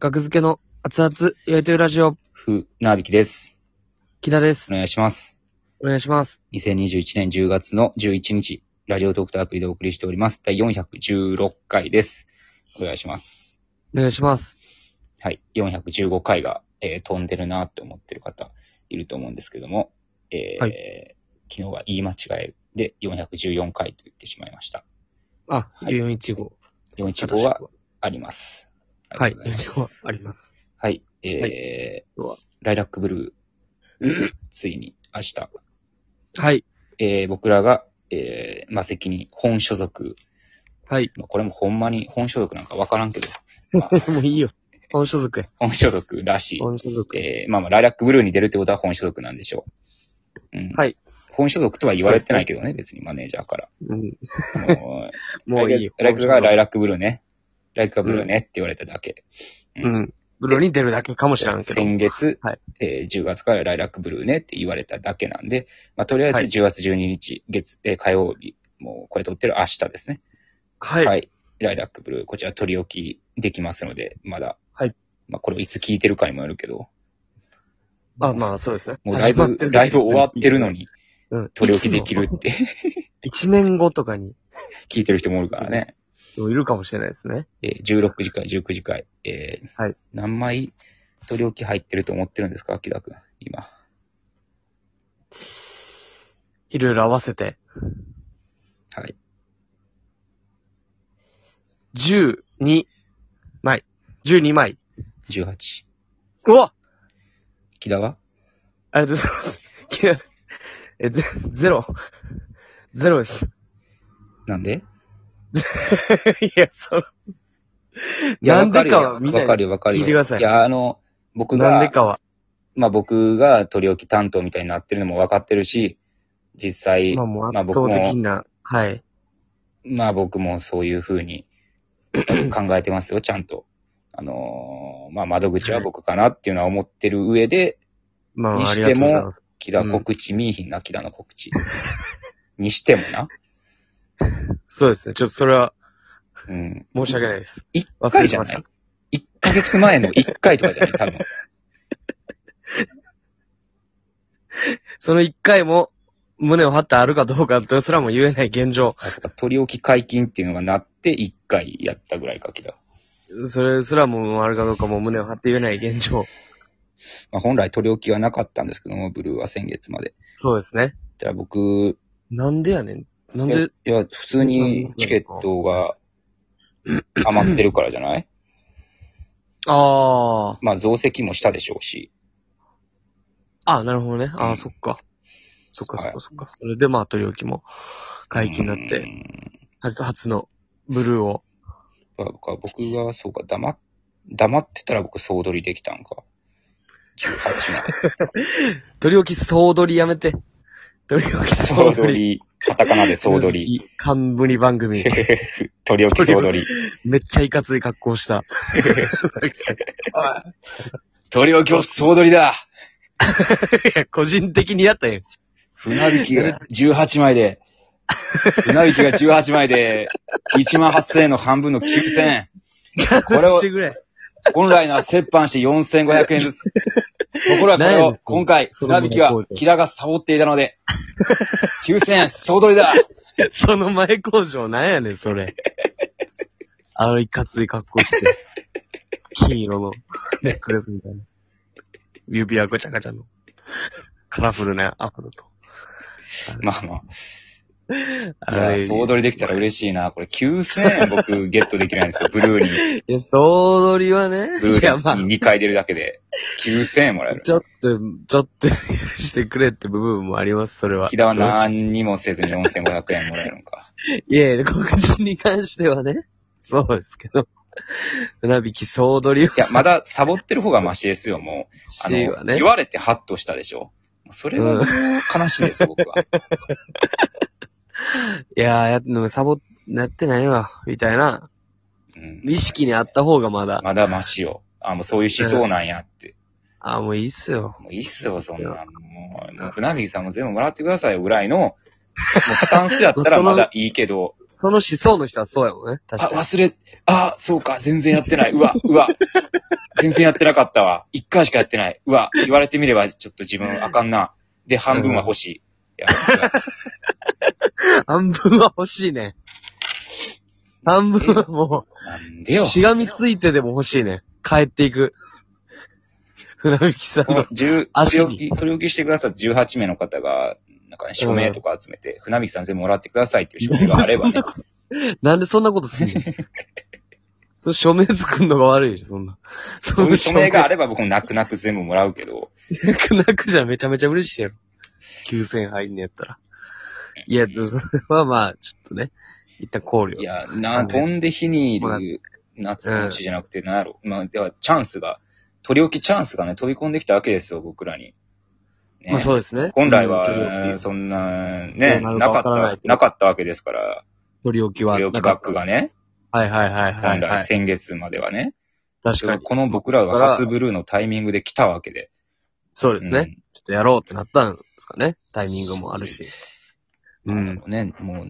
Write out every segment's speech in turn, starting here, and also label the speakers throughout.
Speaker 1: 学付けの熱々焼いてるラジオ、
Speaker 2: ふ、なびきです。
Speaker 1: 木田です。
Speaker 2: お願いします。
Speaker 1: お願いします。
Speaker 2: 2021年10月の11日、ラジオトークとアプリでお送りしております。第416回です。お願いします。
Speaker 1: お願いします。
Speaker 2: はい。415回が、えー飛んでるなって思ってる方いると思うんですけども、えー
Speaker 1: は
Speaker 2: 昨日は言い間違えで414回と言ってしまいました。
Speaker 1: あ、
Speaker 2: はい
Speaker 1: 4415。
Speaker 2: 415はあります。
Speaker 1: はい、
Speaker 2: ありがとう
Speaker 1: 415
Speaker 2: ございま
Speaker 1: は
Speaker 2: す
Speaker 1: あります。
Speaker 2: はい。えー
Speaker 1: 今日は
Speaker 2: ライラックブルー、ついに明日、
Speaker 1: はい、
Speaker 2: えー僕らが、えー、マセキに本所属、
Speaker 1: はい。
Speaker 2: まあこれもほんまに本所属なんかわからんけど、まあ
Speaker 1: もういいよ。本所属や。
Speaker 2: 本所属らし
Speaker 1: 本所属
Speaker 2: い。。えーまあまあ、ライラックブルーに出るってことは本所属なんでしょう。うん。
Speaker 1: はい。
Speaker 2: 本所属とは言われてないけどね、別にマネージャ ーから。
Speaker 1: うん。
Speaker 2: あのー
Speaker 1: もういいよ。
Speaker 2: ライラックがライ
Speaker 1: ラ
Speaker 2: ラックブルーね。ライラックがブルーねって言われただけ。
Speaker 1: うん。ブロに出るだけかもしれんけど。
Speaker 2: 先月、
Speaker 1: はい
Speaker 2: えー10月からライラックブルーねって言われただけなんで、まあ、とりあえず
Speaker 1: はい
Speaker 2: 10月12日、月、えー火曜日、もうこれ撮ってる明日ですね。
Speaker 1: はい。
Speaker 2: は
Speaker 1: はい。
Speaker 2: い。ライラックブルー、こちら取り置きできますので、まだ。
Speaker 1: はい。
Speaker 2: まあ、これをいつ聞いてるかにもよるけど。
Speaker 1: あ、まあそうですね。
Speaker 2: もうだい
Speaker 1: 始まっ
Speaker 2: ぶ
Speaker 1: て、る
Speaker 2: だいぶ終わってるの。に、
Speaker 1: うん。
Speaker 2: 取り置きできる
Speaker 1: いつ
Speaker 2: って
Speaker 1: の。1年後とかに、
Speaker 2: 聞いてる人もおるからね。
Speaker 1: いるかもしれないですね。
Speaker 2: えー16時回、19時回。えー
Speaker 1: はい
Speaker 2: 何枚取り置き入ってると思ってるんですか、秋田くん。今。
Speaker 1: いろいろ合わせて。
Speaker 2: はい。
Speaker 1: 12枚。12枚。
Speaker 2: 18。
Speaker 1: うわ
Speaker 2: 木田は
Speaker 1: ありがとうございます。いやえ、ゼ、ゼロ。ゼロ です。
Speaker 2: なんで
Speaker 1: いや、そう。
Speaker 2: いや
Speaker 1: なんでかはみんな
Speaker 2: わかるよ、わかるよ。
Speaker 1: 聞いてください
Speaker 2: いや、あの、僕が、
Speaker 1: なんでかは。
Speaker 2: まあ僕が取り置き担当みたいになってるのもわかってるし、実際、
Speaker 1: まあもう
Speaker 2: まあ
Speaker 1: 圧
Speaker 2: 僕
Speaker 1: 倒
Speaker 2: も
Speaker 1: 的な、はい。
Speaker 2: まあ僕もそういうふ うに考えてますよ、ちゃんと。あのーまあ窓口は僕かなっていうのは思ってる上で、
Speaker 1: ま
Speaker 2: に
Speaker 1: あ、あ
Speaker 2: し
Speaker 1: りがと
Speaker 2: て
Speaker 1: う
Speaker 2: も
Speaker 1: ございます。
Speaker 2: 木田
Speaker 1: うん
Speaker 2: 告知見いひんな、木田の告知。にしてもな。
Speaker 1: そうですね。ちょっとそれは
Speaker 2: うん。
Speaker 1: 申し訳ないです。
Speaker 2: 一
Speaker 1: 忘
Speaker 2: 回
Speaker 1: れ
Speaker 2: じ
Speaker 1: て
Speaker 2: ゃ
Speaker 1: ま
Speaker 2: な
Speaker 1: し
Speaker 2: い
Speaker 1: た。
Speaker 2: 一ヶ月前の一回とかじゃない多分。
Speaker 1: その一回も胸を張ってあるかどうかとすらも言えない現状。
Speaker 2: 取り置き解禁っていうのがなって一回やったぐらいか、木田。
Speaker 1: それすらもあるかどうかも胸を張って言えない現状。
Speaker 2: まあ本来取り置きはなかったんですけども、ブルーは先月まで。
Speaker 1: そうですね。
Speaker 2: じゃあ僕、
Speaker 1: なんでやねん。なん
Speaker 2: い
Speaker 1: で、
Speaker 2: や、普通にチケットが余ってるからじゃない
Speaker 1: あ
Speaker 2: まあ増席もしたでしょうし。
Speaker 1: あ。あなるほどね。あ
Speaker 2: う
Speaker 1: あ、
Speaker 2: ん
Speaker 1: そっか。そっか、
Speaker 2: はい
Speaker 1: そっか、そっか。それで、まあ、取り置きも解禁になっ
Speaker 2: う
Speaker 1: て、
Speaker 2: ん
Speaker 1: 初初のブルーを。
Speaker 2: だから僕は僕が、そうか、黙っ、黙ってたら僕総取りできたん か。18な。
Speaker 1: 取り置き総取りやめて。取り置き
Speaker 2: 総
Speaker 1: 総
Speaker 2: 取
Speaker 1: 取り。
Speaker 2: り。カタカナで総取り。。
Speaker 1: 冠番 組。
Speaker 2: 取り置き総取り。
Speaker 1: めっちゃいかつい格好 した。 お
Speaker 2: 取り置きを総取りだ
Speaker 1: いいや個人的にやったよ。
Speaker 2: 船引きが18枚で、船引きが18枚で、1万8000円の半分の9000円。こ れを
Speaker 1: してくれ。
Speaker 2: 本来なら折半して4500円ずつ。ところがこれを、今回、船引きは、キラがサボっていたので、9000円、総取りだ
Speaker 1: その前工場なんやねん、そ れ。あのいかつい格好して。金色のネックレスみたいな。指輪ごちゃごちゃの。カラフルなアフロと。
Speaker 2: まあま
Speaker 1: あ
Speaker 2: あ、い
Speaker 1: れ
Speaker 2: や、総取りできたら嬉しいな。これ9000円僕ゲットできないん ですよ。ブルーに、
Speaker 1: いや、総取りはね。
Speaker 2: ブル
Speaker 1: いや、まあ
Speaker 2: ー、に2回出るだけで、9000円もらえる。
Speaker 1: ちょっと、ちょっと、してくれって部分もあります、それは。
Speaker 2: 木田は何にもせずに4500円もらえるのか。
Speaker 1: いやいや、告知に関してはね。そうですけど。船引き総取りはい
Speaker 2: や、まだサボってる方がマシですよ、もう。あ
Speaker 1: しは
Speaker 2: の、
Speaker 1: ね
Speaker 2: 言。われてハッとしたでしょ。それはもう悲しいですよ、僕 は。
Speaker 1: いやー、やっのサボ、なってないわ、みたいな。
Speaker 2: うん
Speaker 1: 意識にあった方がまだ、
Speaker 2: まだマシよ。あ、もうそういう思想なんやって。
Speaker 1: あー、もういいっすよ。
Speaker 2: もういいっすよ、そんなん。もう、もう船引さんも全部もらってくださいよぐらいの、もうスタンスやったらまだいいけど、
Speaker 1: その思想の人はそうやもんね。確
Speaker 2: あ、
Speaker 1: かに。
Speaker 2: 忘れ、あ、そうか、全然やってない。うわ、うわ、全然やってなかったわ。一回しかやってない。うわ、言われてみればちょっと自分あかんな。で、半分は欲しい。いや
Speaker 1: 半分は欲しいね。半分はも
Speaker 2: なん
Speaker 1: う、
Speaker 2: でよ。
Speaker 1: しがみついてでも欲しいね。帰っていく。船引さん
Speaker 2: こ
Speaker 1: の
Speaker 2: の。10
Speaker 1: 足に
Speaker 2: 取り置き、取り置きしてくださった18名の方が、なんかね、署名とか集めて、船引さん全部もらってくださいっていう署名があればね。
Speaker 1: なんでそんなことす んのその署名作んのが悪いでしょ、そんな。そ
Speaker 2: そうい
Speaker 1: の
Speaker 2: う署名があれば僕も泣く泣く全部もらうけど、
Speaker 1: 泣く泣くじゃめちゃめちゃ嬉しいやろ。9000入んねやったら。いや、でもそれはまあ、ちょっとね、一旦考慮。
Speaker 2: いや、な、飛んで火にいる夏のうちじゃなくて、なんやろ。まあ、では、チャンスが、取り置きチャンスがね、飛び込んできたわけですよ、僕らに。ね
Speaker 1: まあそうですね。
Speaker 2: 本来
Speaker 1: うん
Speaker 2: は、そんな、
Speaker 1: ど
Speaker 2: ね、
Speaker 1: うなる
Speaker 2: な
Speaker 1: かわから
Speaker 2: か
Speaker 1: ない
Speaker 2: っ
Speaker 1: け
Speaker 2: た、
Speaker 1: ど
Speaker 2: なかったわけですから、
Speaker 1: 取り置きは
Speaker 2: 取り置きバッグがね、
Speaker 1: はいはいはいは
Speaker 2: 本
Speaker 1: い、は
Speaker 2: 来
Speaker 1: い。
Speaker 2: 先月まではね、
Speaker 1: 確かに。
Speaker 2: この僕らが初ブルーのタイミングで来たわけで。
Speaker 1: そうですね、
Speaker 2: うん
Speaker 1: ちょっとやろうってなったんですかね。タイミングもあるし。う
Speaker 2: なんだ
Speaker 1: ん。
Speaker 2: ろうね、もう、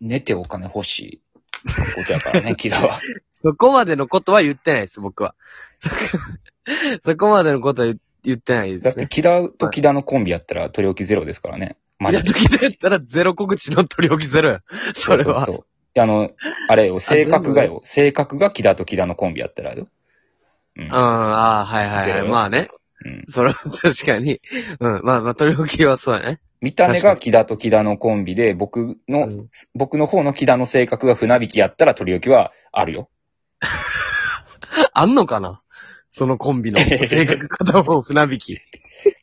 Speaker 2: 寝てお金欲しい ことやからね、キラは。
Speaker 1: そこまでのことは言ってないです、僕は。そこ そこまでのことは言言ってないで
Speaker 2: だっ
Speaker 1: す
Speaker 2: て、
Speaker 1: ね。
Speaker 2: キラとキラのコンビやったら取り置きゼロですからね。マ
Speaker 1: い
Speaker 2: ジ
Speaker 1: や、
Speaker 2: で。
Speaker 1: 時々やったらゼロ告知の取り置きゼロや。それは。
Speaker 2: ううういやあの、あれよ、性格がよ、性格がキラとキラのコンビやったらよ。うん。
Speaker 1: うん、ああ、はいはい
Speaker 2: ゼ
Speaker 1: は
Speaker 2: ロ
Speaker 1: い。
Speaker 2: よ
Speaker 1: まあね。
Speaker 2: うん
Speaker 1: それは 確かに。うん、まあまあ、取り置きはそうやね。
Speaker 2: 見た目がキラとキラのコンビで、僕の、
Speaker 1: うん
Speaker 2: 僕の方のキラの性格が船引きやったら取り置きはあるよ。
Speaker 1: あんのかなそのコンビの性格片方船引き。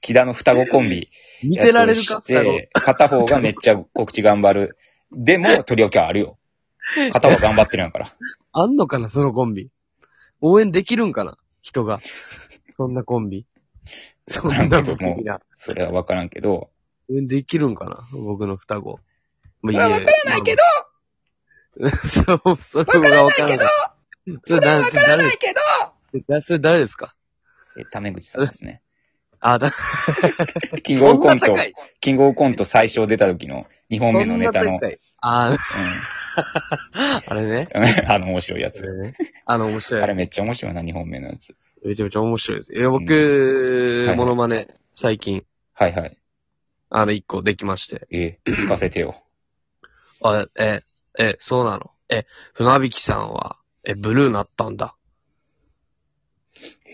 Speaker 2: キラの双子コンビ。
Speaker 1: 見てられるか
Speaker 2: やっとして片方がめっちゃ告知頑張る。でも、取り置きはあ るよ。片方頑張ってるんやから。
Speaker 1: あんのかなそのコンビ。応援できるんかな人が。そんなコンビ。そんなコンビな。
Speaker 2: それはわからんけど。
Speaker 1: 応援できるんかな僕の双子。ま
Speaker 2: それはわからないけど、
Speaker 1: ど そう、それはわからないけどそれはわからないけどそれ誰ですか
Speaker 2: えタメ口さんですね。
Speaker 1: あ、だ、
Speaker 2: キングオブコン
Speaker 1: そ
Speaker 2: ト
Speaker 1: んな高い、
Speaker 2: キングオブコント最初出た時の2本目のネタ
Speaker 1: そんな、
Speaker 2: の
Speaker 1: 高いあ、あれね。
Speaker 2: うん、 あの面白いや
Speaker 1: あ
Speaker 2: つ。
Speaker 1: れね。あの、面白い
Speaker 2: あ
Speaker 1: や
Speaker 2: れ
Speaker 1: つ。
Speaker 2: めっちゃ面白いな、2本目のやつ。
Speaker 1: めちゃめちゃ面白いです。いや、
Speaker 2: うん
Speaker 1: 僕、
Speaker 2: はい
Speaker 1: モノマネ、最近、
Speaker 2: はいはい。
Speaker 1: あの、一個できまして。
Speaker 2: ええ、聞かせてよ。
Speaker 1: あ、え、え、そうなの。え、船引きさんは、え、ブルーなったんだ。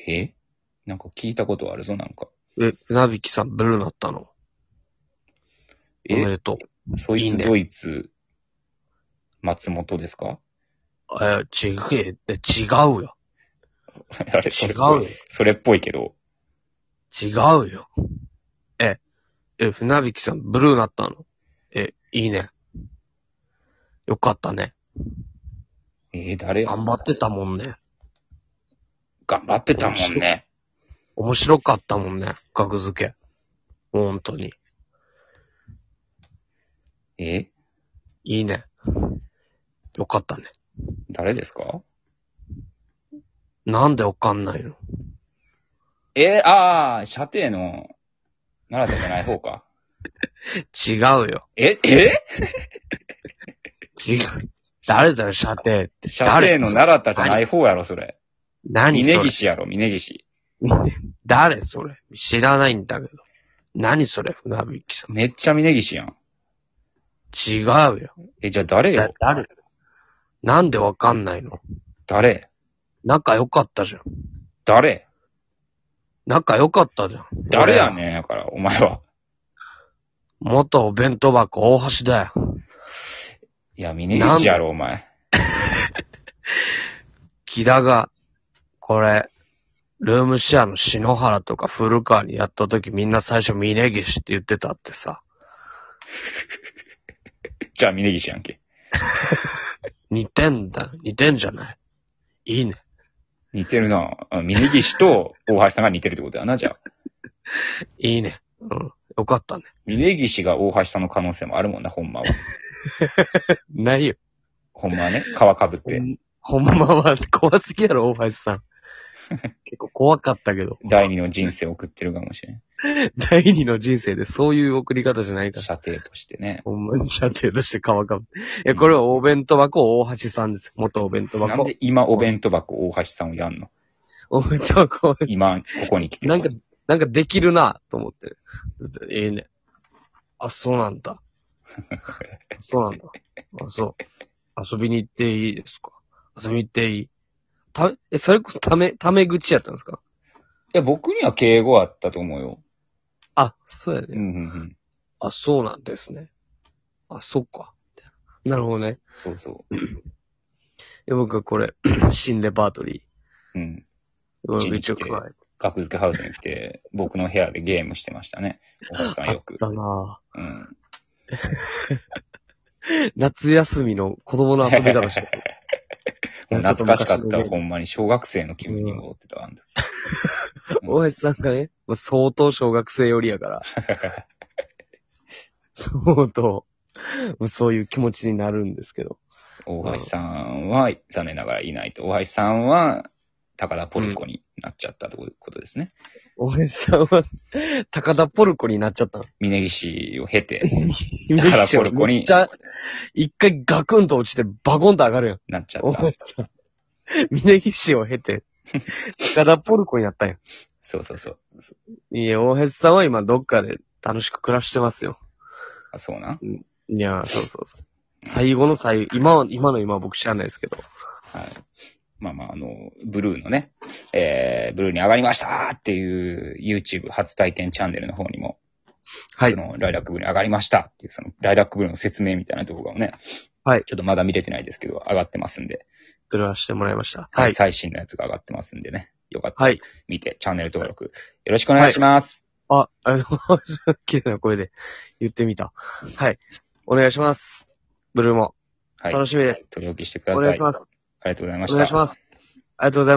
Speaker 2: えなんか聞いたことあるぞ、なんか。
Speaker 1: え、船引きさんブルーなったの。おめ
Speaker 2: え、
Speaker 1: でとう。
Speaker 2: そ
Speaker 1: い
Speaker 2: い
Speaker 1: い
Speaker 2: つ
Speaker 1: ね
Speaker 2: ドイツ、松本ですか
Speaker 1: え、ち、え、え違うよ。
Speaker 2: あれ、そ
Speaker 1: 違
Speaker 2: れ
Speaker 1: うよ。
Speaker 2: それっぽいけど。
Speaker 1: 違うよ。え、え、船引きさんブルーなったの。え、いいね。よかったね。
Speaker 2: えー、誰
Speaker 1: 頑張ってたもんね。
Speaker 2: 頑張ってたもんね。
Speaker 1: 面白かったもんね。格付け。本当に。
Speaker 2: え
Speaker 1: いいね。よかったね。
Speaker 2: 誰ですか
Speaker 1: なんでわかんないの
Speaker 2: えー、あー、射程の、奈良田じゃない方か。
Speaker 1: 違うよ。
Speaker 2: え、え
Speaker 1: 違う。誰だよ、射程って。
Speaker 2: 射程の奈良田じゃない方やろ、それ。
Speaker 1: 何そ
Speaker 2: 峯
Speaker 1: れ
Speaker 2: 岸やろ、峯岸。
Speaker 1: 誰それ知らないんだけど。何それ、船引きさん。
Speaker 2: めっちゃ峯岸やん。
Speaker 1: 違うよ。
Speaker 2: え、じゃあ誰
Speaker 1: だ
Speaker 2: よ
Speaker 1: 誰なんでわかんないの
Speaker 2: 誰
Speaker 1: 仲良かったじゃん。
Speaker 2: 誰
Speaker 1: 仲良かったじゃん。
Speaker 2: 誰やねん、だから、お前は。
Speaker 1: 俺元お弁当箱大橋だよ。
Speaker 2: いや、峯岸やろ、お前。
Speaker 1: 木田が、これ、ルームシェアの篠原とか古川にやった時みんな最初峯岸って言ってたってさ。
Speaker 2: じゃあ、峯岸やんけ。
Speaker 1: 似てんだ。似てんじゃないいいね。
Speaker 2: 似てるな。あ峯岸と大橋さんが似てるってことやな、じゃあ。
Speaker 1: いいね。うん。よかったね。
Speaker 2: 峯岸が大橋さんの可能性もあるもんな、ほんまは。
Speaker 1: ないよ。
Speaker 2: ほんまはね、皮かぶって。
Speaker 1: ほんまは怖 すぎやろ、大橋さん。結構怖かったけど。
Speaker 2: 第二の人生を送ってるかもしれん。
Speaker 1: 第二の人生でそういう送り方じゃないから。
Speaker 2: 射程としてね。
Speaker 1: ほんまに射程としてかわかむ。いや、これはお弁当箱大橋さんです。元お弁当
Speaker 2: なん
Speaker 1: 箱。
Speaker 2: で今お弁当箱大橋さんをやんの
Speaker 1: お弁当箱。
Speaker 2: 今、ここに来て。
Speaker 1: なんか、なんかできるなと思って。ずっとええね。あ、そうなん だ。そうなんだ。あ、そう。遊びに行っていいですか遊びに行っていいた、え、それこそため、ため口やったんですか
Speaker 2: いや、僕には敬語あったと思うよ。
Speaker 1: あ、そうやね。
Speaker 2: うんうんうん。
Speaker 1: あ、そうなんですね。あ、そっか。なるほどね。
Speaker 2: そうそ
Speaker 1: いや僕はこれ、 新レパートリ
Speaker 2: う。うん。
Speaker 1: ー。
Speaker 2: ち
Speaker 1: 僕
Speaker 2: に来
Speaker 1: 一
Speaker 2: て
Speaker 1: 応考え
Speaker 2: 格付けハウスに来て、僕の部屋でゲームしてましたね。お母さんよく。
Speaker 1: たな
Speaker 2: うん。
Speaker 1: 夏休みの子供の遊び 方して
Speaker 2: もう懐かしかったわ、
Speaker 1: ちょ
Speaker 2: ほ
Speaker 1: っ
Speaker 2: んまに。小学生の気分に戻ってたわ、あの時
Speaker 1: と昔のね大橋さんがね、まあ相当小学生寄りや から。相当、まあそういう気持ちになるんですけど。
Speaker 2: 大橋さんは、残念ながらいないと。大橋さんは、高田ポルコになっちゃったということですね。
Speaker 1: 大橋さんは、高田ポルコになっちゃったの。
Speaker 2: 峯岸を経て、
Speaker 1: 高
Speaker 2: 田ポルコに
Speaker 1: めっちゃ、一回ガクンと落ちてバコンと上がるやん。
Speaker 2: なっちゃ
Speaker 1: 大
Speaker 2: った
Speaker 1: 橋。さん。峯岸を経て、高田ポルコになったんや。
Speaker 2: そうそうそう。
Speaker 1: いや、大橋さんは今どっかで楽しく暮らしてますよ。
Speaker 2: あ、そうなん。
Speaker 1: いや、そうそうそう。最後の最後、今は、今の今は僕知らないですけど。
Speaker 2: はい。まあまあ、あの、ブルーのね、えー、ブルーに上がりましたっていう YouTube 初体験チャンネルの方にも、
Speaker 1: はい
Speaker 2: そ。の、ライラックブルーに上がりましたっていう、その、ライラックブルーの説明みたいな動画をね、
Speaker 1: はい
Speaker 2: ちょっとまだ見れてないですけど、上がってますんで、
Speaker 1: それはしてもらいました。はい。
Speaker 2: 最新のやつが上がってますんでね、よかった
Speaker 1: は
Speaker 2: ら
Speaker 1: い。
Speaker 2: 見て、チャンネル登録よろしくお願いします。
Speaker 1: あ、ありがとうございます。綺麗な声で言ってみた。はい。お願いします。ブルーも。
Speaker 2: はい。
Speaker 1: 楽しみです。
Speaker 2: 取り置きしてくだ
Speaker 1: お
Speaker 2: さい。
Speaker 1: 願いします。
Speaker 2: ありがとうございまし
Speaker 1: お
Speaker 2: た。
Speaker 1: 願いします。ありがとうございます。